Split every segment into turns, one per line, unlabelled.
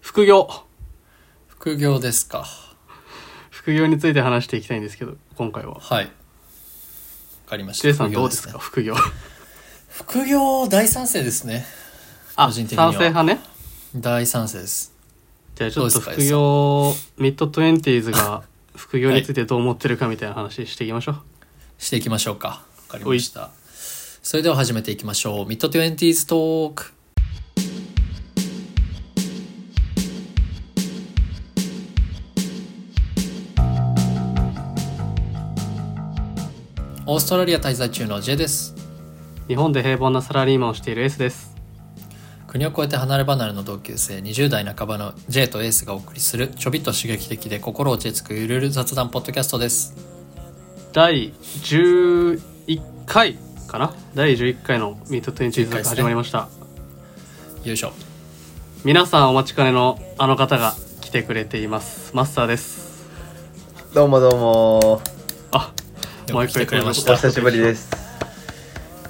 副業。
副業ですか
副業について話していきたいんですけど、今回は。
はいわかりました
J さんどうですか、副業。
副業大賛成ですね
あ、
個人
賛
的
成
に
派
は
ね。
大賛成です
じゃあちょっと
どうですか
副業、ミッドトゥエンティーズが副業についてどう思ってるかみたいな話していきましょう。
していきましょうかわかりましたそれでは始めていきましょうミッドトゥエンティーズトークオーストラリア滞在中の J です
日本で平凡なサラリーマンをしている S です。
国を越えて離れ離れの同級生20代半ばの J とエースがお送りするちょびっと刺激的で心落ち着くゆるゆる雑談ポッドキャストです
第11回かな第11回のミッドトゥエンティーズが始まりました。
よいしょ
皆さんお待ちかねのあの方が来てくれています。マスターです。
どうもどうも
あ、
よく
もう一
来て
回
くれまし
お
た
久しぶりです。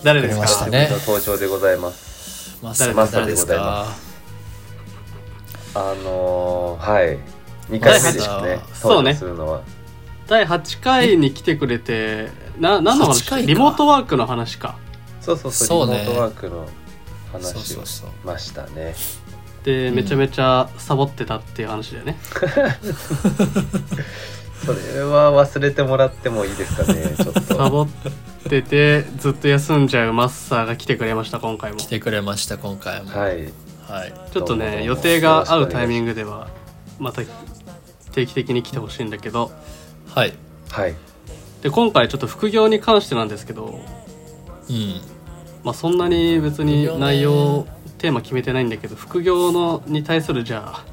誰です
来てくれました
か
ね
登場でございます。
マスタ
マ
ー
ス
ター
誰
で
です
ござい
か
まあのー、はい、二回目です
はい
ね。
そうね
登場するのは
第8回に来てくれて、な何の
8
話
回か
リモートワークの話か。
そうそうそう
そうね
リモートワークの
そう
話
そ
を
う
し
そう
ましたね。
で、
うん
めちゃめちゃサボってたっていう話だよ ね。
それは忘れてもらってもいいですか ね。ちょっ
サ
と
ボっててずっと休んじゃうマッサーが来てくれました今回も
来てくれました今回もはい、
は
ち
い
ょっと
どうもどう
ね
も
予定が合うタイミングではまた定期的に来てほしいんだけど
はい、
はい
で今回ちょっと副業に関してなんですけど、
うん
まあ、そんなに別
副業
に
ね
内容テーマ決めてないんだけど副業のに対するじゃあ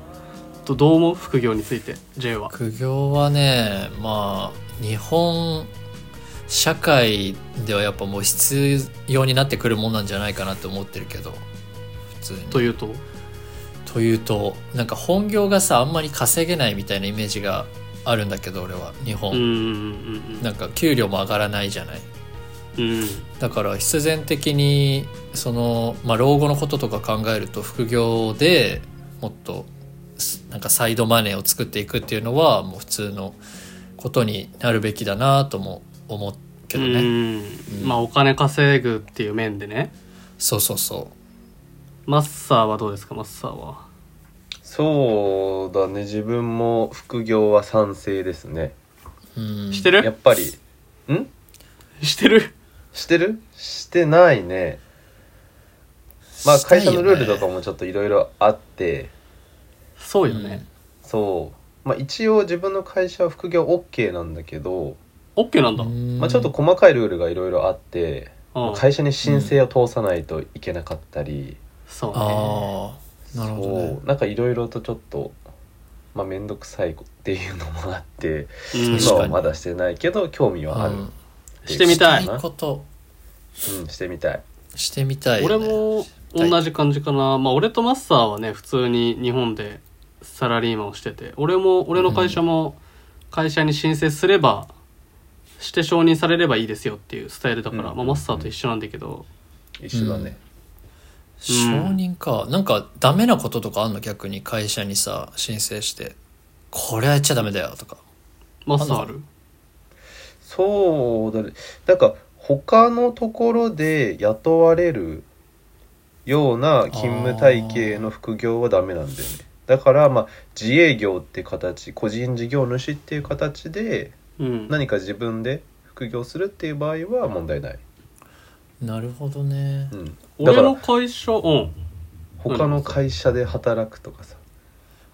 どどう思う副業について J は
苦行はねまあ日本社会ではやっぱもう必要になってくるもんなんじゃないかなって思ってるけど普通に
というと
というとなんか本業がさあんまり稼げないみたいなイメージがあるんだけど俺は日
うんう
本、
ん
なんか給料も上がらないじゃない
うんうんうん
だから必然的にその、まあ、老後のこととか考えると副業でもっとすなんかサイドマネーを作っていくっていうのはもう普通のことになるべきだなとも思うけどね、
うんまあお金稼ぐっていう面でね
そうそうそ
マッサーはどうですかマッサーは
そうだね自分も副業は賛成ですね。
う、うん、
して
やっ
る
ぱりん
してる
してるしてないね。まあ会社のルールとかもちょっといろいろあって。
そう
し
よ
たいよね
ね。
そう、まあ、一応自分の会社は副業 OK なんだけど、
オッケーなんだ。
うん
まあ、ちょっと細かいルールがいろいろあって、
うん
会社に申請を通さないといけなかったり、
そうね。
ああなるほどね
そうなんかいろいろとちょっと、まあ、面倒くさいっていうのもあって
うん
確
今
か
は
に
まだしてないけど興味はある、うん
してみた
し
い。
たいこと
してみたい
してみたいよね
俺も同じ感じかな。まあ俺とマッサーはね、普通に日本でサラリーマンをしてて、俺も、俺の会社も会社に申請すれば、して承認されればいいですよっていうスタイルだから、
うん
まあマッサーと一緒なんだけど、
一緒だね、
承認か、なんかダメなこととかあんの逆に会社にさ申請してこれはやっちゃダメだよとか
マッサーある
そうだねなんか他のところで雇われるような勤務体系の副業はダメなんだよねだからまあ自営業って形個人事業主っていう形で
うん。
何か自分で副業するっていう場合は問題ない、
なるほどね
うん、だ
俺
か
の
ら
会社、うん。
他の会社で働くとかさ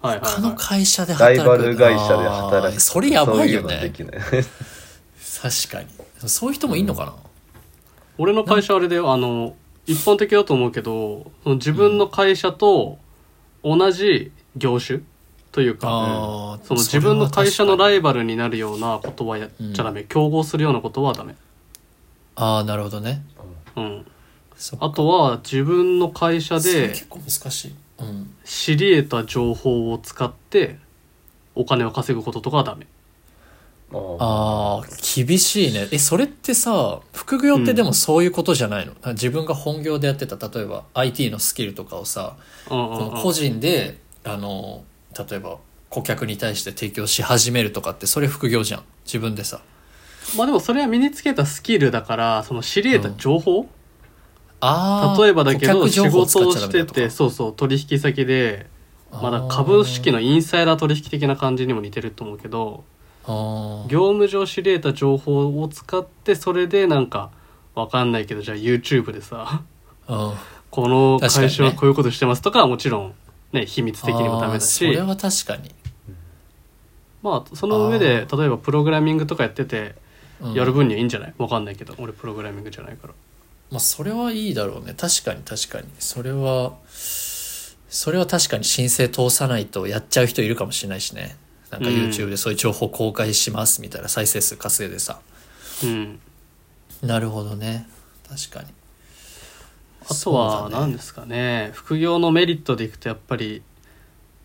はいはい、
他の
は
会社で
ライ
働く
バル会社で働
あー
く
それやばいよ
そういうので
ね
きない
確かにそういう人もいんのかな、
い。俺の会社あれだよ、あの、一般的だと思うけど、その自分の会社と同じ業種というか、
あー
その自分の会社の
イ
ライバルになるようなことはやっちゃダメ、競合するようなことはダメ、
ああなるほどね
うん、
そっか
あとは自分の会社
それ
で
結構難しい、うん、
知り得た情報を使ってお金を稼ぐこととかはダメ
あ
あー厳しいねえそれってさ副業ってでもそういうことじゃないの、自分が本業でやってた例えば IT のスキルとかをさ
うんうん
こ
うん
の個人であの例えば顧客に対して提供し始めるとかってそれ副業じゃん自分でさ
まあでもそれは身につけたスキルだからその知り得た情報、
あー
例えばだけど
顧客
仕
情報
事
使っ
を
ちゃダ
し
メ
て
だとか
てそうそう取引先でまだ
あー
株式のインサイダー取引的な感じにも似てると思うけど
あー
業務上知り得た情報を使ってそれでなんかわかんないけどじゃあ YouTube でさ
うん
この会社は
確かにね
こういうことしてますとかはもちろんね秘密的にもダメだし
あーそれは確かに、
まあその上で
あ
例えばプログラミングとかやってて
うん
やる分にはいいんじゃないわかんないけど俺プログラミングじゃないから
まあそれはいいだろうね確かに確かにそれはそれは確かに申請通さないとやっちゃう人いるかもしれないしねなんか
うん
YouTube でそういう情報公開しますみたいな再生数稼いでさ
うん
なるほどね確かに
あとは
そうだ
何ですかね副業のメリットでいくとやっぱり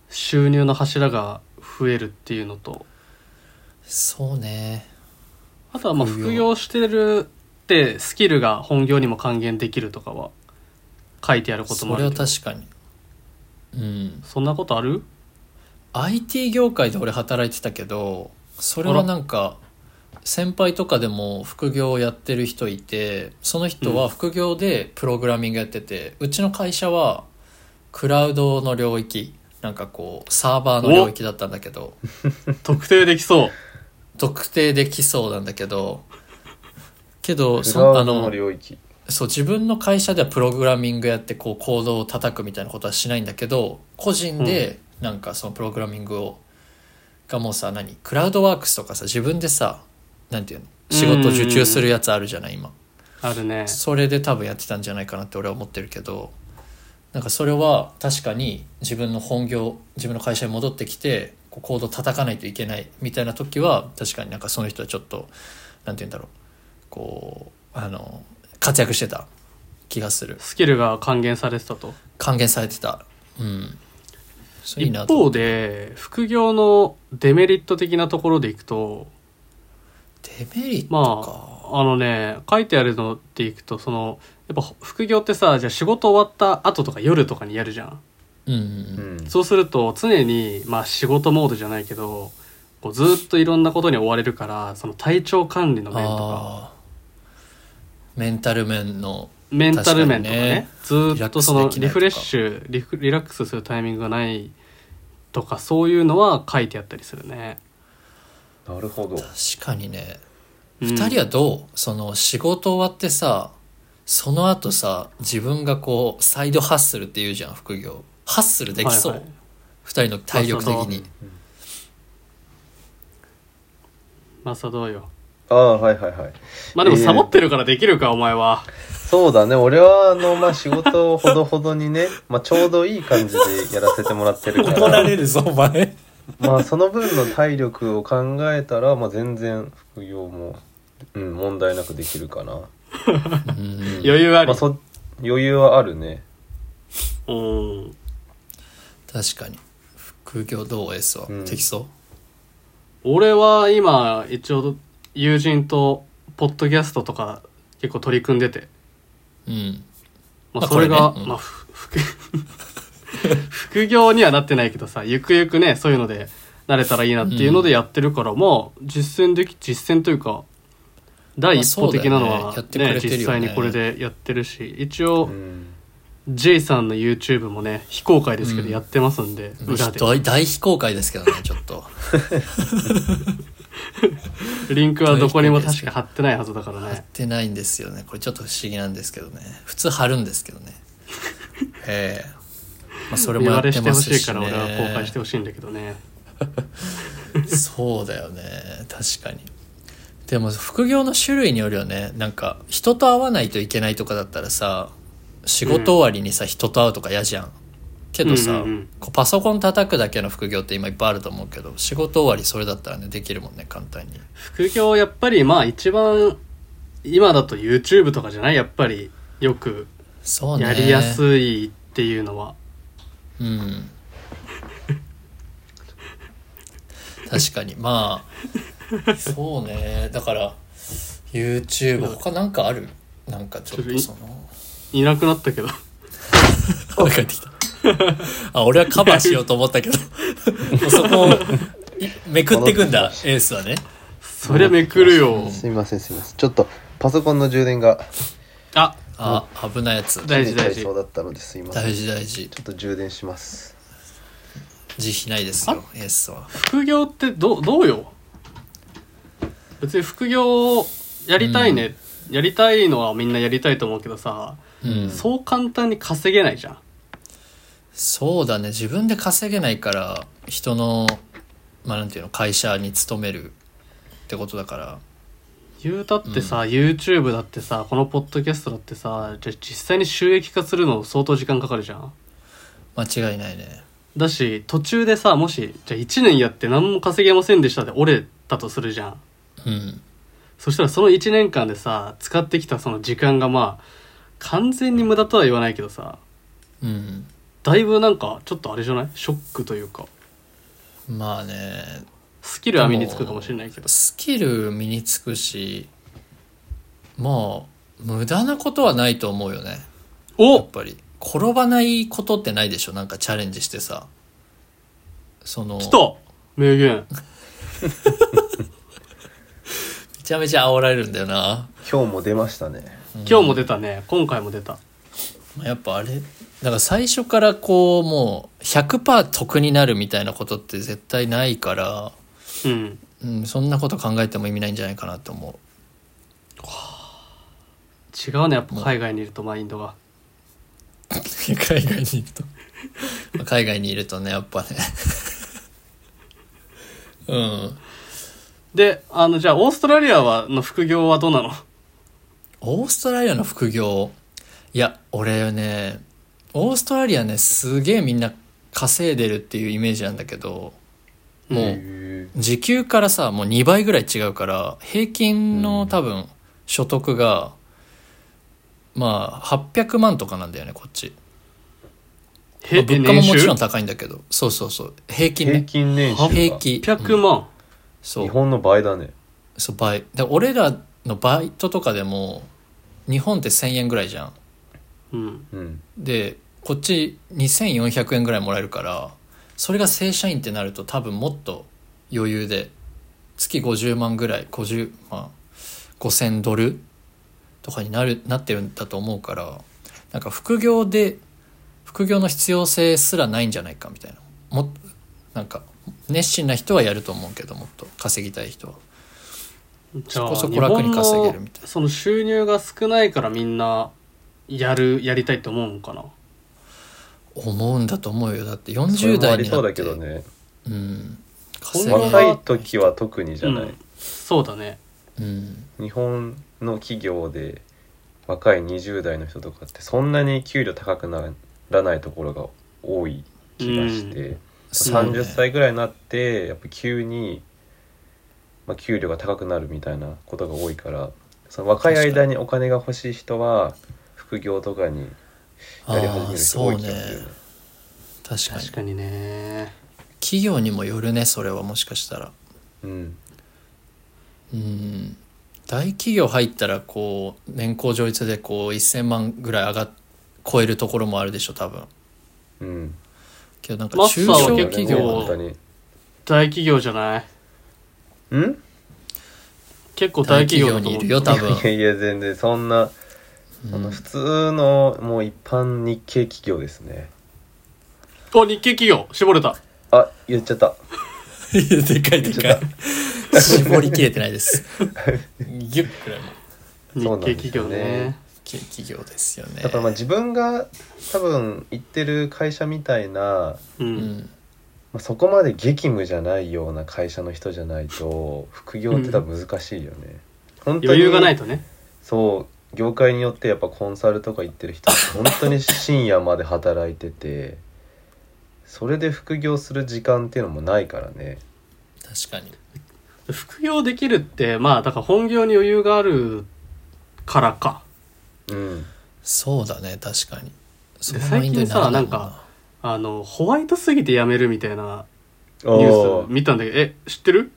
収入の柱が増えるっていうのと
そうね
あとはまあ
副業
副業してるってスキルが本業にも還元できるとかは書いてあることも
そ
あ
れ
る
は
けど
確かにうん
そんなことある
IT 業界で俺働いてたけどそれはなんか先輩とかでも副業をやってる人いてその人は副業でプログラミングやってて、うちの会社はクラウドの領域なんかこうサーバーの領域だったんだ けど
特定できそう
特定できそうなんだけどけど
ク
そ
ラ
あ
ウドの
の
領域
そう自分の会社ではプログラミングやってこうコードを叩くみたいなことはしないんだけど個人でなんかそのプログラミングを、がもうさ何クラウドワークスとかさ自分でさなんていうの仕事受注するやつあるじゃない今
あるね
それで多分やってたんじゃないかなって俺は思ってるけどなんかそれは確かに自分の本業自分の会社に戻ってきてこうコード叩かないといけないみたいな時は確かになんかその人はちょっとなんて言うんだろうこうあの活躍してた気がする
スキルが還元されてたと
還元されてたうんそれいい
一
なと
方で副業のデメリット的なところでいくと
デメリットか、
まああのね書いてあるのっていくとそのやっぱ副業ってさじゃあ仕事終わった後とか夜とかにやるじゃん
うんう
うんん
そうすると常にまあ仕事モードじゃないけどこうずっといろんなことに追われるからその体調管理の面とか
あーメンタル面の
メンタル面とかね
リ
ず
ラ
っ
ック
と
ス
その
できな
リ
いとか
フレッシュリフリラックスするタイミングがないとかそういうのは書いてあったりするね。
なるほど
確かにね
うん
2人はどう、その仕事終わってさその後さ自分がこうサイドハッスルって言うじゃん副業ハッスルできそう、
はいはい
二2人の体力的に
マサどうよ
ああはいはいはい
まあでも
えー
サボってるからできるか、お前は
そうだね俺はあのまあ仕事をほどほどにね、まあ、ちょうどいい感じでやらせてもらってるか
怒ら
ら
れるぞお前
まあその分の体力を考えたら、まあ、全然副業も、うん、問題なくできるかな、
うん
余裕あ
ま
り、
あ、そ余裕はあるね
うん
確かに副業どう S は、
うん
できそう
俺は今一応友人とポッドキャストとか結構取り組んでて
うん
ま
ま
あ、
あ
それが、
これねうん
まあ、ふ 副副業にはなってないけどさゆくゆくねそういうのでなれたらいいなっていうのでやってるから、まあ実践でき実践というか第一歩的なの
まあ
は、
そ
ね
うだよねやってくれてる
実
よね
際にこれでやってるし一応、
うん
J さんの YouTube もね非公開ですけど
うん
やってますんで、裏で
大大非公開ですけどねちょっと
リンクはどこにも確か貼ってないはずだから
貼っ
ね
てないんですよねこれちょっと不思議なんですけどね普通貼るんですけ どねええまあそれも
言
や
わ
って
れして
ま
ほ
すし、
し
ね、
いから俺は公開してほしいんだけどね
そうだよね確かにでも副業の種類によるよねなんか人と会わないといけないとかだったらさ仕事終わりにさ、人と会うとか嫌じゃんけどさ、
うんうんうん
こうパソコン叩くだけの副業って今いっぱいあると思うけど仕事終わりそれだったらねできるもんね簡単に
副業やっぱりまあ一番今だと YouTube とかじゃないやっぱりよく
そうね
やりやすいっていうのは
うん確かにまあそうねだから YouTube 他なんかあるなんかちょっとその
いなくなったけど
あ帰ってきたあ俺はカバーしようと思ったけどもうそこをいめくっていくんだエースはね
そりゃめくるよ
すみませんすみませんちょっとパソコンの充電が
あ
あ危ないやつ
大事
切れちゃ
大
い
事
そうだったのですいません
大事大事
ちょっと充電します
慈悲ないですよエースは
副業ってどうどうよ別に副業やりたいね、やりたいのはみんなやりたいと思うけどさ、
うん
そう簡単に稼げないじゃん
そうだね自分で稼げないから人のまあなんていうの会社に勤めるってことだから
言うたってさ、YouTube だってさこのポッドキャストだってさじゃあ実際に収益化するの相当時間かかるじゃん
間違いないね
だし途中でさもしじゃあ1年やって何も稼げませんでしたで折れたとするじゃん
うん
そしたらその1年間でさ使ってきたその時間がまあ完全に無駄とは言わないけどさ
うん
だいぶなんかちょっとあれじゃないショックというか
まあね
スキルは身につくかもしれないけど
スキル身につくしまあ無駄なことはないと思うよねやっ
お
ぱり転ばないことってないでしょなんかチャレンジしてさその
来た名言
めちゃめちゃ煽られるんだよな、
今日も出ましたね
今日も出たね今回も出た
まあやっぱあれだから最初からこうもう100%得になるみたいなことって絶対ないから、
うん
うん、そんなこと考えても意味ないんじゃないかなと思う
違うねやっぱ海外にいるとマインドが
海外にいるとまあ海外にいるとねやっぱね うん
であのじゃあオーストラリアはの副業はどう なの
オーストラリアの副業いや俺ねオーストラリアねすげえみんな稼いでるっていうイメージなんだけども
う
う、
ん
へ
時給からさもう2倍ぐらい違うから平均の多分所得が、まあ800万とかなんだよねこっち、ま
へ
あ物価ももちろ
年
ん高いんだけどそうそうそう平
ー
均
平
ね
均年収が
平均
収
う
800
ん
万、
そ
日
う
本の倍だね
そう倍で俺らのバイトとかでも日本って1000円ぐらいじゃん
うん、
うん
でこっち2400円ぐらいもらえるからそれが正社員ってなると多分もっと余裕で月50万ぐらい50まあ5000ドルとかになるなってるんだと思うからなんか副業で副業の必要性すらないんじゃないかみたいなもっなんか熱心な人はやると思うけどもっと稼ぎたい人は
じゃあ
そこそこ楽に稼げるみたい
日本も
な
その収入が少ないからみんなやるやりたいって思うんかな
思うんだと思うよだって
それ
40
もあ
代
り
にな
そ
っ
うだ
て
けどね
うん稼げ
こん
若
ない
時は特にじゃない、
うんそうだね
うん
日本の企業で若い20代の人とかってそんなに給料高くならないところが多い気がして、
そうね
30歳ぐらいになってやっぱ急に、まあ、給料が高くなるみたいなことが多いからその若い間にお金が欲しい人は副業とかにやり始める人多い気がする
あー
よね
そうね確かに
確かにね
企業にもよるねそれはもしかしたら
うん
うん大企業入ったらこう年功序列でこう1,000万ぐらい上がっ超えるところもあるでしょ多分
うん
けどなんか
マ
中
スターは
小
結構
企業
本当に
大企業じゃない
うん
結構
大
大企
企
業
業にいる
よ
よ多分
いやいや全然そんな、あの普通のもう一般日系企業ですね
お日系企業絞れた
あ言っちゃった
いや でかいで
ちょ
か
っ
い絞りきれてないです ギュッくらいの
日
そうなん
系
です
企業
よね
ね
き企業ですよね
だからまあ自分が多分行ってる会社みたいな、
う
うんん
まあ、そこまで激務じゃないような会社の人じゃないと副業って多分難しいよね、本当に
余裕がないとね
そう業界によってやっぱコンサルとか行ってる人って本当に深夜まで働いててそれで副業する時間っていうのもないからね
確かに
副業できるってまあだから本業に余裕があるからか
うん
そうだね確かにそ
で
のマインドにらい
最近
も
さなんあのホワイトすぎて辞めるみたいな
ニ
ニュース見たんだけどえ知ってる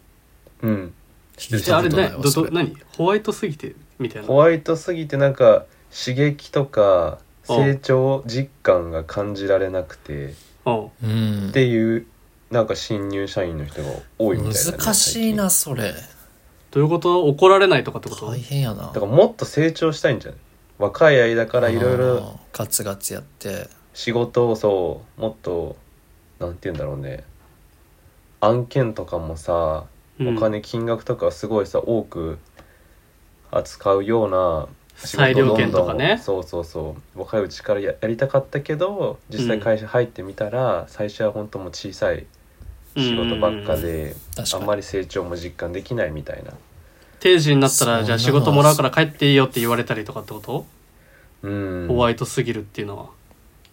うん
聞い
じゃあ
た
あ
こ
れ
とない
ね
わ
ど
そ
ど
れ
何ホワイトすぎてみたいな
ホワイトすぎてなんか刺激とか成長実感が感じられなくて
うん
うん
っていうなんか新入社員の人が多いみたいなね、
難しいなそれ
どういうこと怒られないとかってこと
大変やな
最近だからもっと成長したいんじゃない若い間からいろいろ
あーガツガツやって
仕事をそうもっとなんて言うんだろうね案件とかもさ
うん
お金金額とかすごいさ多く扱うような仕事を
裁量権とか
どんどん
ね
そうそうそう若いうちからややりたかったけど実際会社入ってみたら、最初は本当もう小さい仕事ばっか
うんうんうん
で、
確
あん
か
ま
に
り成長も実感できないみたいな
定時になった
そ
ら
ん
じゃ
な
あ仕事もらうから帰っていいよって言われたりとかってこと、
うん
ホワイトすぎるっていうのは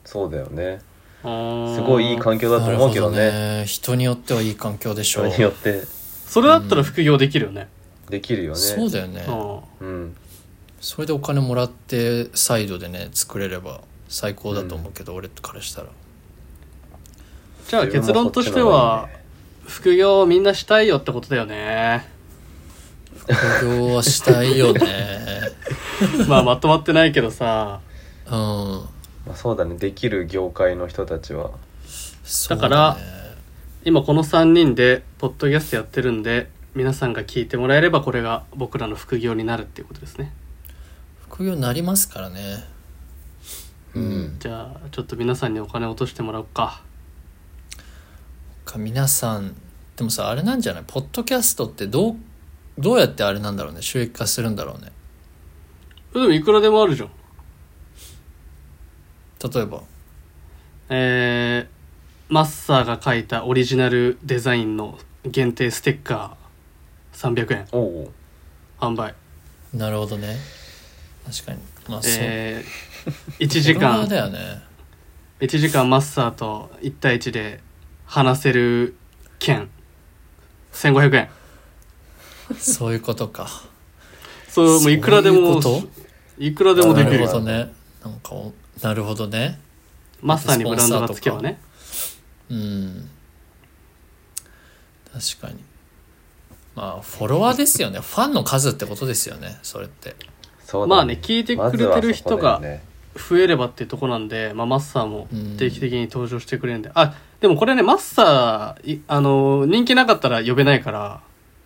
そうだよね
うーん
すごいいい環境だと
なる
思
ほ
うけど
ど
ね
ね人によってはいい環境でし
そ
ょう
れによって
それだったら副業できるよね、
できるよね
そうだよね
うん
うん
それでお金もらってサイドでね作れれば最高だと思うけど、俺からしたら
じゃあ結論としては副業をみんなしたいよってことだよね
副業はしたいよね
まあまとまってないけどさ
うん
まあ、そうだねできる業界の人たちは
そう
だから今この3人でポッドキャストやってるんで皆さんが聞いてもらえればこれが僕らの副業になるっていうことですね
副業になりますからね
うん
じゃあちょっと皆さんにお金落としてもらおうか
か皆さんでもさあれなんじゃないポッドキャストってどうどうやってあれなんだろうね収益化するんだろうね
でもいくらでもあるじゃん
例えば
えー、マッサーが書いたオリジナルデザインの限定ステッカー300円
おうおう
販売
なるほどね確かにまあそう、
えー、1時
フォロワ
間
ーだよね
1時間マッサーと1対1で話せる券1500円
そういうことか
そうもういくらでも
そういうこ
いくらでもできる
なる
よ
ほどねなんかおなるほどね
マッサーにブランドがつけばね
うん確かにまあフォロワーですよねファンの数ってことですよねそれって
そうだ
まあね聞いてくれてる人が
まずはそこだよね
増えればっていうとこなんで、まあ、マッサーも
うん
定期的に登場してくれるんで、あでもこれねマッサーいあの人気なかったら呼べないから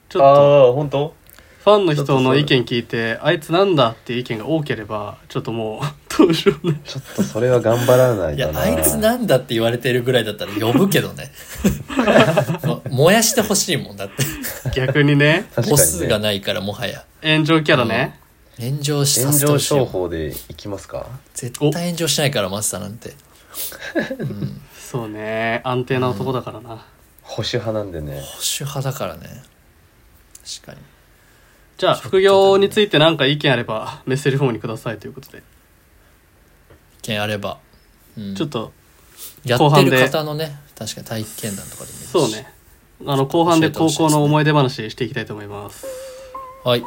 ちょっと
ああ本当
ファンの人の意見聞いてあいつなんだっていう意見が多ければちょっともう 登場ね
ちょっとそれは頑張らない
い
と
や
な
あいつなんだって言われてるぐらいだったら呼ぶけ どねま燃やしてほしいもんだって
逆にね
確
母
か
数
に
が
ね
ないからもはや
炎上キャラね、
炎上しさ
炎
せてほ
上
しいもん
商法でいきますか
絶対炎上しないからマスターなんて、うん、
そうね安定な男だからな、
保守派なんでね
保守派だからね確かに
じゃあ副業について何か意見あればメッセージフォームにくださいということで、
意見あれば、うん、
ちょっと
や
後
って
半
る
で
方のね確かに体験談とかでもいいし
そうねあの後半で高校の思い出話していきたいと思います
はい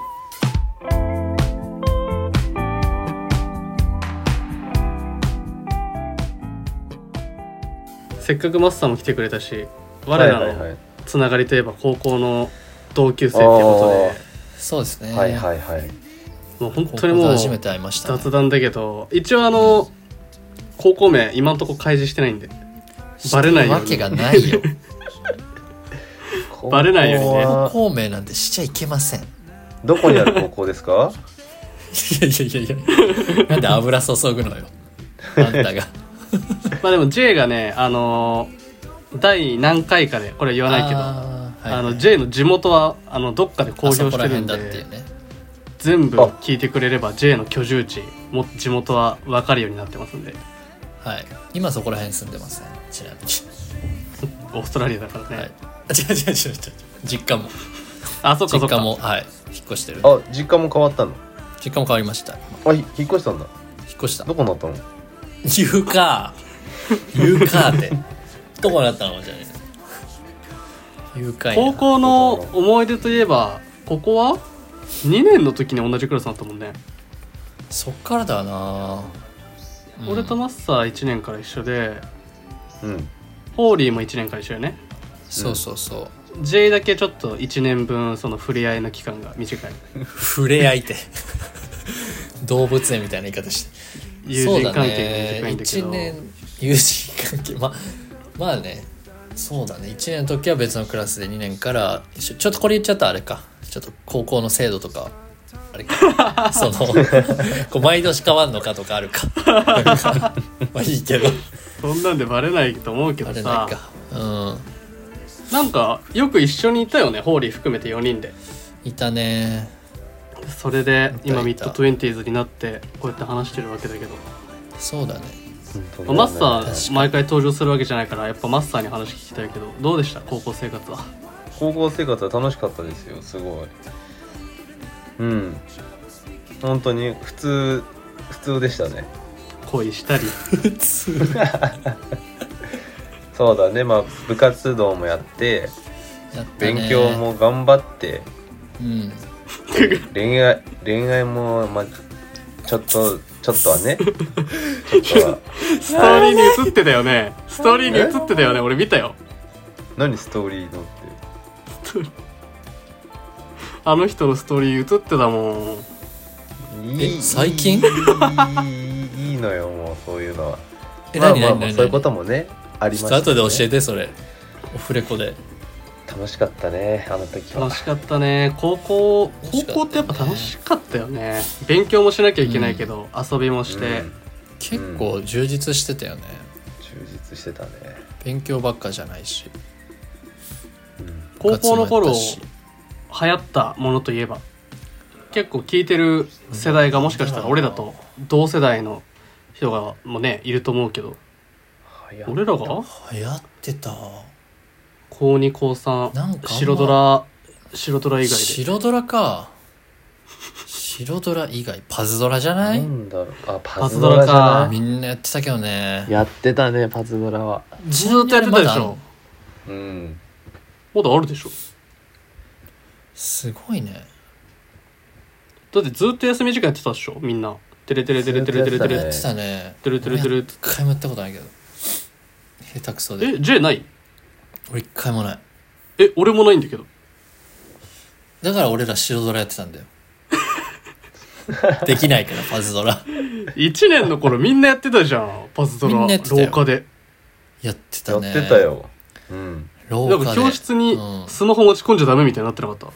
せっかくマスターも来てくれたし我ら
はいはいは
の
い
つながりといえば高校の同級生ってことで、
そうですね
はいはいはい
もう本
高
当
校
に
で
もう
初めて会いましたね、
雑談だけど一応あの高校名今んとこ開示してないんで バレないように
知ってるわけがないよ
バレないようにね
高校
高
は
校名なんてしちゃいけませんい
どこにある高校ですか
やいやいやいやなんで油注ぐのよあん たが
まあでも J がねあの第何回かでこれは言わないけどあ、
あーはい
の J の地元はあのどっかで公
あ
表し
そこ
て
ら
る
辺
ん
だって
で
いうね
全部
あ
聞いてくれれば J の居住地も地元は分かるようになってますんで
はい今そこら辺住んでますねちなみに
オーストラリアだからね、
はい あ違う違う違う違う実家も
あそっかそ
実
っか
家もはい引っ越してる
あ実家も変わったの
実家も変わりました今
あひ引っ越したんだ
引っ越した
どこになったの
言うか言うかってどこになったのじゃねえ言うかいな
高校の思い出といえばここは2年の時に同じクラスだったもんね、
そっからだな、うん
俺とマッサー1年から一緒で
うん
ホーリーも1年から一緒よね
そうそうそう
J だけちょっと1年分その触れ合いの期間が短い
触れ合いて動物園みたいな言い方して
い友人関係が短いんだけ
そう
ど
だね、1年友人関係まあまあねそうだね1年の時は別のクラスで2年からちょちょっとこれ言っちゃったらあれかちょっと高校の制度とかあれかそのこう毎年変わんのかとかあるかまあいいけど
そんなんでバレないと思うけ
あ
ど
れ
さ
な
ない
かうん
んかよく一緒にいたよねホーリー含めて4人で
いたね
それで
いた
今
い
ミッ
た
ドトゥエンティーズになってこうやって話してるわけだけど、
そうだね
まあマッサ
確か
ー
に
毎回登場するわけじゃないからやっぱマッサーに話聞きたいけどどうでした高校生活は
高校生活は楽しかったですよすごいうん本当に普通普通でしたね
恋したり
普通
そうだねまあ部活動もやって
やったね
勉強も頑張って、
うん
恋愛恋愛もまあちょっとちょっとは ねちょっとは
ストーリーに映ってたよねストーリーに映ってたよね俺見たよ
何ストーリーのって
あの人のストーリー映ってたもん
いい
え最近
いいいいいいのよもうそういうのは
え
まあ
何
まあ
何
まあ
何
そうい
何
うこともねありま
ち
し
ょったと
ね
後で教えてそれオフレコで
楽しかったねあの時は
楽しかったね高校
楽
高
しかったね
校ってやっぱ楽しかったよね勉強もしなきゃいけないけど、遊びもして、
うん
結構充実してたよね、
充実してたね、
勉強ばっかじゃないし
うん
高校の頃
部
流
活もやったし
行ったものといえば結構聞いてる世代がもしかしたら俺らと同世代の人がもねいると思うけど
流行
俺らが
流行ってた
高2高3
なんかあんま
白ドラ白ドラ以外で
白ドラか白ドラ以外パズドラじゃな、
ないんだろうあパ
パ
ズ
ズ
ド
ド
ラ
ラ
じ
か
ゃな
みんなやってたけどね
いやってたねパズドラは
ずーっとやってたでしょ
うん
まだあるでしょ
すごいね
だってずーっと休み時間やってたでしょみんなテレテレテレテレテレテ
ず
や
レ
っ
ってたね
テレテレテレ
俺一回もやったことないけど下手くそで
え J ない
俺一回もない
え俺もないんだけど
だから俺ら白ドラやってたんだよできないからパズドラ
1年の頃みんなやってたじゃんパズド
みん
ラ
なやってたよ
廊下で
やって
や
た
っ
ね
てたようん
廊
な
下
ん
で
か教室に
うん
スマホ持ち込んじゃダメみたいになってなかった
だっ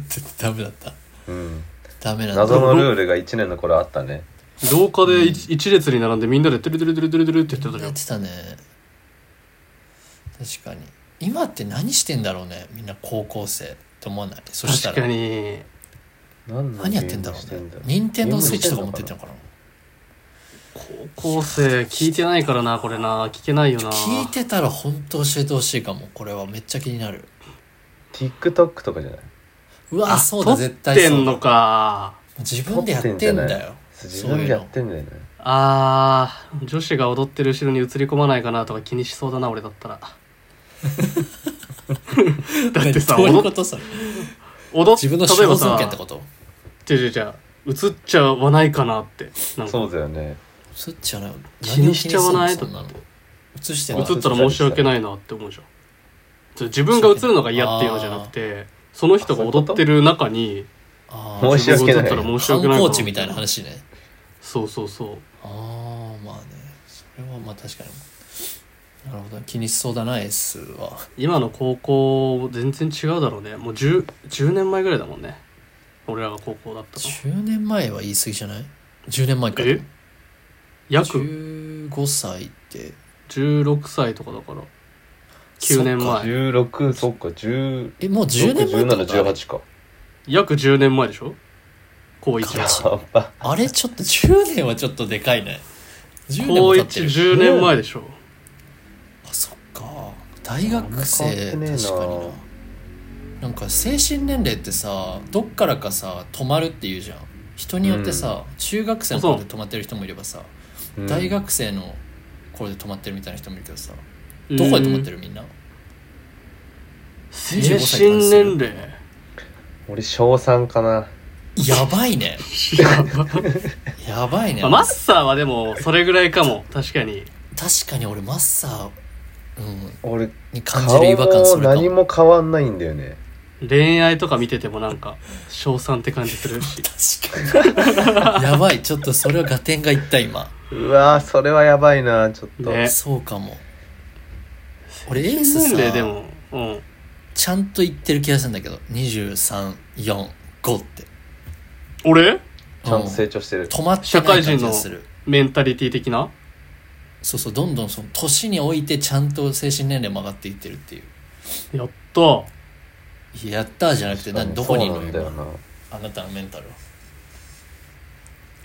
てダメだった
うん
ダメなん
謎
だ
のルールが1年の頃あったね
廊下で一一列に並んでみんなでトゥルトゥルトゥルトゥルトゥルって言ってたじ
や
ゃ
っ
ん
てたね確かに今って何してんだろうねみんな高校生って思わないそした
確からに
何の
何やってんだろ
ゲ
う
ーム
ね
して
任天堂スイッチとか
ゲー
持っ
ム
て
し
ってた
ん
のかな
高校生聞いてないからなこれな聞けないよな
聞いてたら本当教えてほしいかもこれはめっちゃ気になる
のかな TikTok とかじゃないう
わ
あ
そうだ
撮っ
絶対
て
そ
ん
うだ
のか
自分でやってんだよ
自分でやってんだよね
あー女子が踊ってる後ろに映り込まないかなとか気にしそうだな俺だった らだってさ
どういう
踊
こ
っ
とさ
踊っ
自分の
例
肖
えば
像
さ
権ってこと
違う違う違う映っちゃわないかなってなんか
そうだよね
そっちゃない
気にしちゃわない
何
と
を気にすん
か
のそんなの映して
映
な
っ
い
たら申し訳ないなって思うじゃんそう自分が映るのが嫌っていうのじゃなくてその人が踊ってる中に
あ
申
ー
し訳な
自分が
い
映ったら申し
観
訳ない
光地みたいな話ね
そうそうそう
ああまあねそれはまあ確かになるほど気にしそうだな S は
今の高校全然違うだろうねもう 10, 10年前ぐらいだもんね俺らが高校だったの
10年前は言い過ぎじゃない ?10 年前か
え約
15歳って
16歳とかだから9年
そっか
前
16そっか10
えもう10年前ってことあれ
1718か
約10年前でしょ高1
悲しい
やば
あれちょっと10年はちょっとでかいね10年
高
も経ってる
110年前でしょ
あそっか大学
あんま変わ
生
ってねえな
確かにななんか精神年齢ってさどっからかさ止まるっていうじゃん人によってさ、中学生の頃で止まってる人もいればさ
うん
大学生の頃で止まってるみたいな人もいるけどさ、どこで止まって
る
るみんな
精神年齢
俺小3かな
やばいね
やば
やばいね、
まあマッサーはでもそれぐらいかも確かに
確かに俺マッサー、うん、
俺
に感じ
顔
る違和感そ
も
れか
何
も
も変わんないんだよね
恋愛とか見ててもなんか称賛って感じするし
やばいちょっとそれは合点がいった今
うわーそれはやばいなちょっと、
ねえ
そうかも俺 エース
年
さ
齢でも、うん、
ちゃんと言ってる気がするんだけど2345って
俺
ちゃんと
う
成長してる、
止まってない感じがする
メンタリティ的な
そうそうどんどんその年においてちゃんと精神年齢も上がっていってるっていう
やった
いややったーじゃなくてなどこにいる
そうなんだ
の
よな
あなたのメンタルは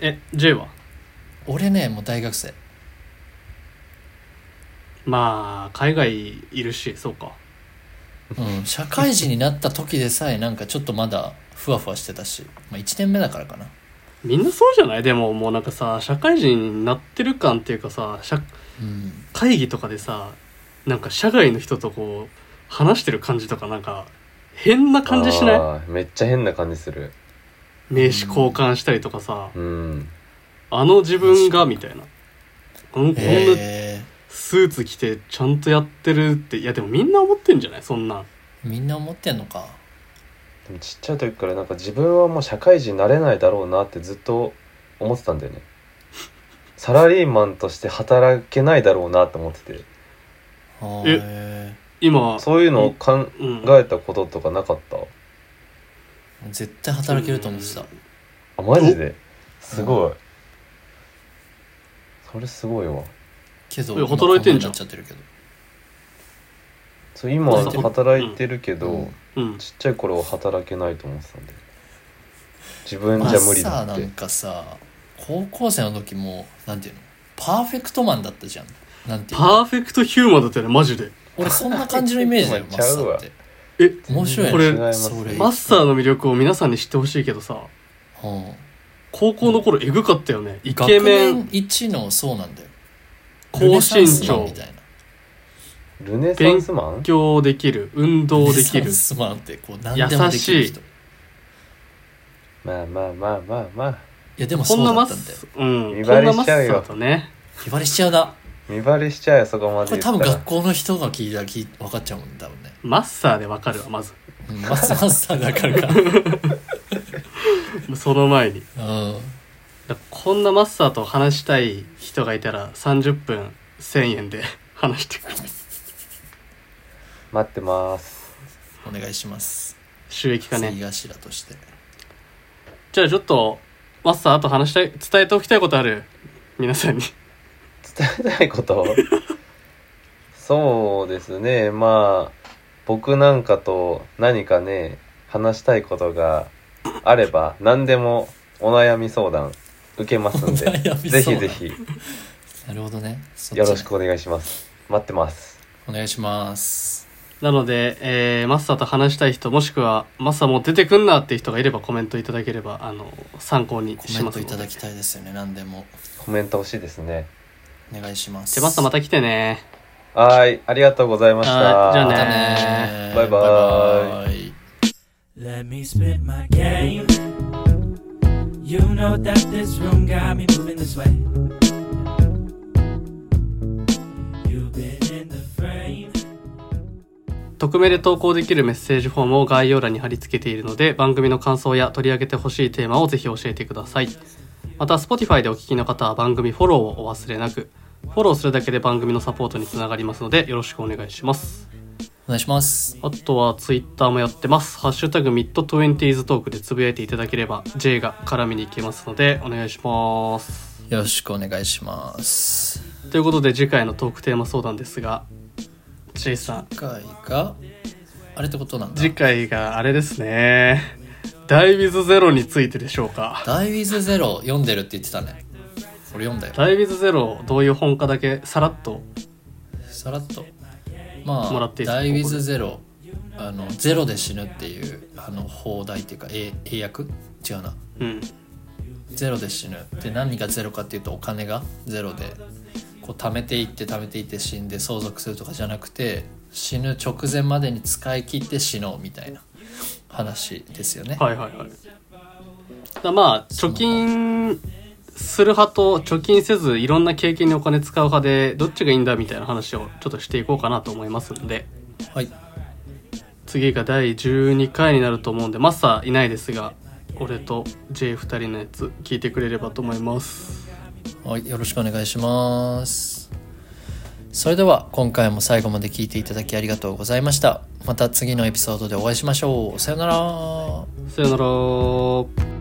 え J は
俺ねもう大学生
まあ海外いるしそうか
うん社会人になった時でさえなんかちょっとまだふわふわしてたし、まあ、1年目だからかな
みんなそうじゃないでももうなんかさ社会人になってる感っていうかさ社
うん
会議とかでさなんか社外の人とこう話してる感じとかなんか変な感じしない
あーめっちゃ変な感じする
名刺交換したりとかさ、
うん
あの自分がみたいなこんこんな
へえ
スーツ着てちゃんとやってるっていやでもみんな思ってんじゃないそんなん
みんな思ってんのか
でもちっちゃい時からなんか自分はもう社会人になれないだろうなってずっと思ってたんだよねサラリーマンとして働けないだろうなって思ってて
え
今
そういうのを考
うん
えたこととかなかった
絶対働けると思ってた、
あマジですごいそれすごいわ
けど
いや働いてんじゃん
今こなになっちゃってるけど
そう今
そう
働いてるけど、
うん
うん
ちっちゃい頃は働けないと思ってたんだよ自分じゃ無理だ
ま
っ
あさ
て
なんかさ高校生の時もなんていうのパーフェクトマンだったじゃんなんていうの
パーフェクトヒューマンだったよねマジで
俺そんな感じのイメージだよマ
ち
ッ
ゃ
サ
う
ーっ
わ
て
え
面白いね
これ
違います
それ
マッサーの魅力を皆さんに知ってほしいけどさ
うん
高校の頃エグかったよねイ
学
ケメン
年一のそうなんだよ
高身
ルネサンスマン
長
みたいな
ルネサンスマン
勉強できる運動でき
ル
る
ネサンスマンってこう何でもできる人
優
い
まあまあまあまあまあ
やでも
こ
そ
んな
うだ
マ
ったんだよ
ッうん
見
こ
バ
んな
レ
マッ
しち
サ
ゃうよ
ーとね
ひばりしちゃうな
見バレしちゃうよそこま
こ
で
れ
言
多
っ
分
たら
学校の人が聞いたら聞い分かっちゃうもん多分ね
マッサーでわかるわまず
うんマッサーマッサーだからか
その前に
うん
だこんなマッサーと話したい人がいたら30分1000円で 話してくれ
待ってます
お願いします
収益化ね
杉頭として
じゃあちょっとマッサーあと話したい伝えておきたいことある皆さんに
伝えたいことそうですねまあ僕なんかと何かね話したいことがあれば何でもお悩み相談受けますん
お悩
で
み
ぜ
相談
ひぜひ
なるほどねそっち
よろしくお願いします待ってます
お願いします
なので、えーマッサーと話したい人もしくはマッサーもう出てくんなっていう人がいればコメントいただければあの参考に
コ
し
メン
ます
ト
の
い
で
ただきたいですよね何でも
コメント欲しいですね
お願いします
じゃあマッサーまた来てね
はーいありがとうございました
はいじゃあね
またね
バイバイ
バイバイ
Let me spit my game. You know that this room got me moving this way. You've been in the frame.
匿名で投稿できるメッセージフォームを概要欄に貼り付けているので番組の感想や取り上げてほしいテーマをぜひ教えてくださいまた Spotify でお聞きの方は番組フォローをお忘れなくフォローするだけで番組のサポートにつながりますのでよろしくお願いします
お願いします
あとは Twitter もやってます「ハッシュタグミッド 20s トーク」でつぶやいていただければ J が絡みに行けますのでお願いします
よろしくお願いします
ということで次回のトークテーマ相談ですが J さん
次回があれってことなんだ
次回があれですね「ダイビズゼロについてでしょうか
ダイウィズゼロ読んでるって言ってたね俺読んだよ
ダイビズゼロどういう本かだけさらっと
さらっとま
もら
あ
っ
「
ていいですか
ダイウィズゼロ」あの「ゼロで死ぬ」っていうあの放題っていうか英英訳違うな
うん
「ゼロで死ぬ」で何がゼロかっていうとお金がゼロでこう貯めていって貯めていって死んで相続するとかじゃなくて死ぬ直前までに使い切って死のうみたいな話ですよね。
はいはいはいだまあ貯金する派と貯金せずいろんな経験にお金使う派でどっちがいいんだみたいな話をちょっとしていこうかなと思いますんで
はい、
次が第12回になると思うんでマッサーいないですが俺と J2 人のやつ聞いてくれればと思います
はい、よろしくお願いします。それでは今回も最後まで聞いていただきありがとうございました。また次のエピソードでお会いしましょう。さよなら。
さよなら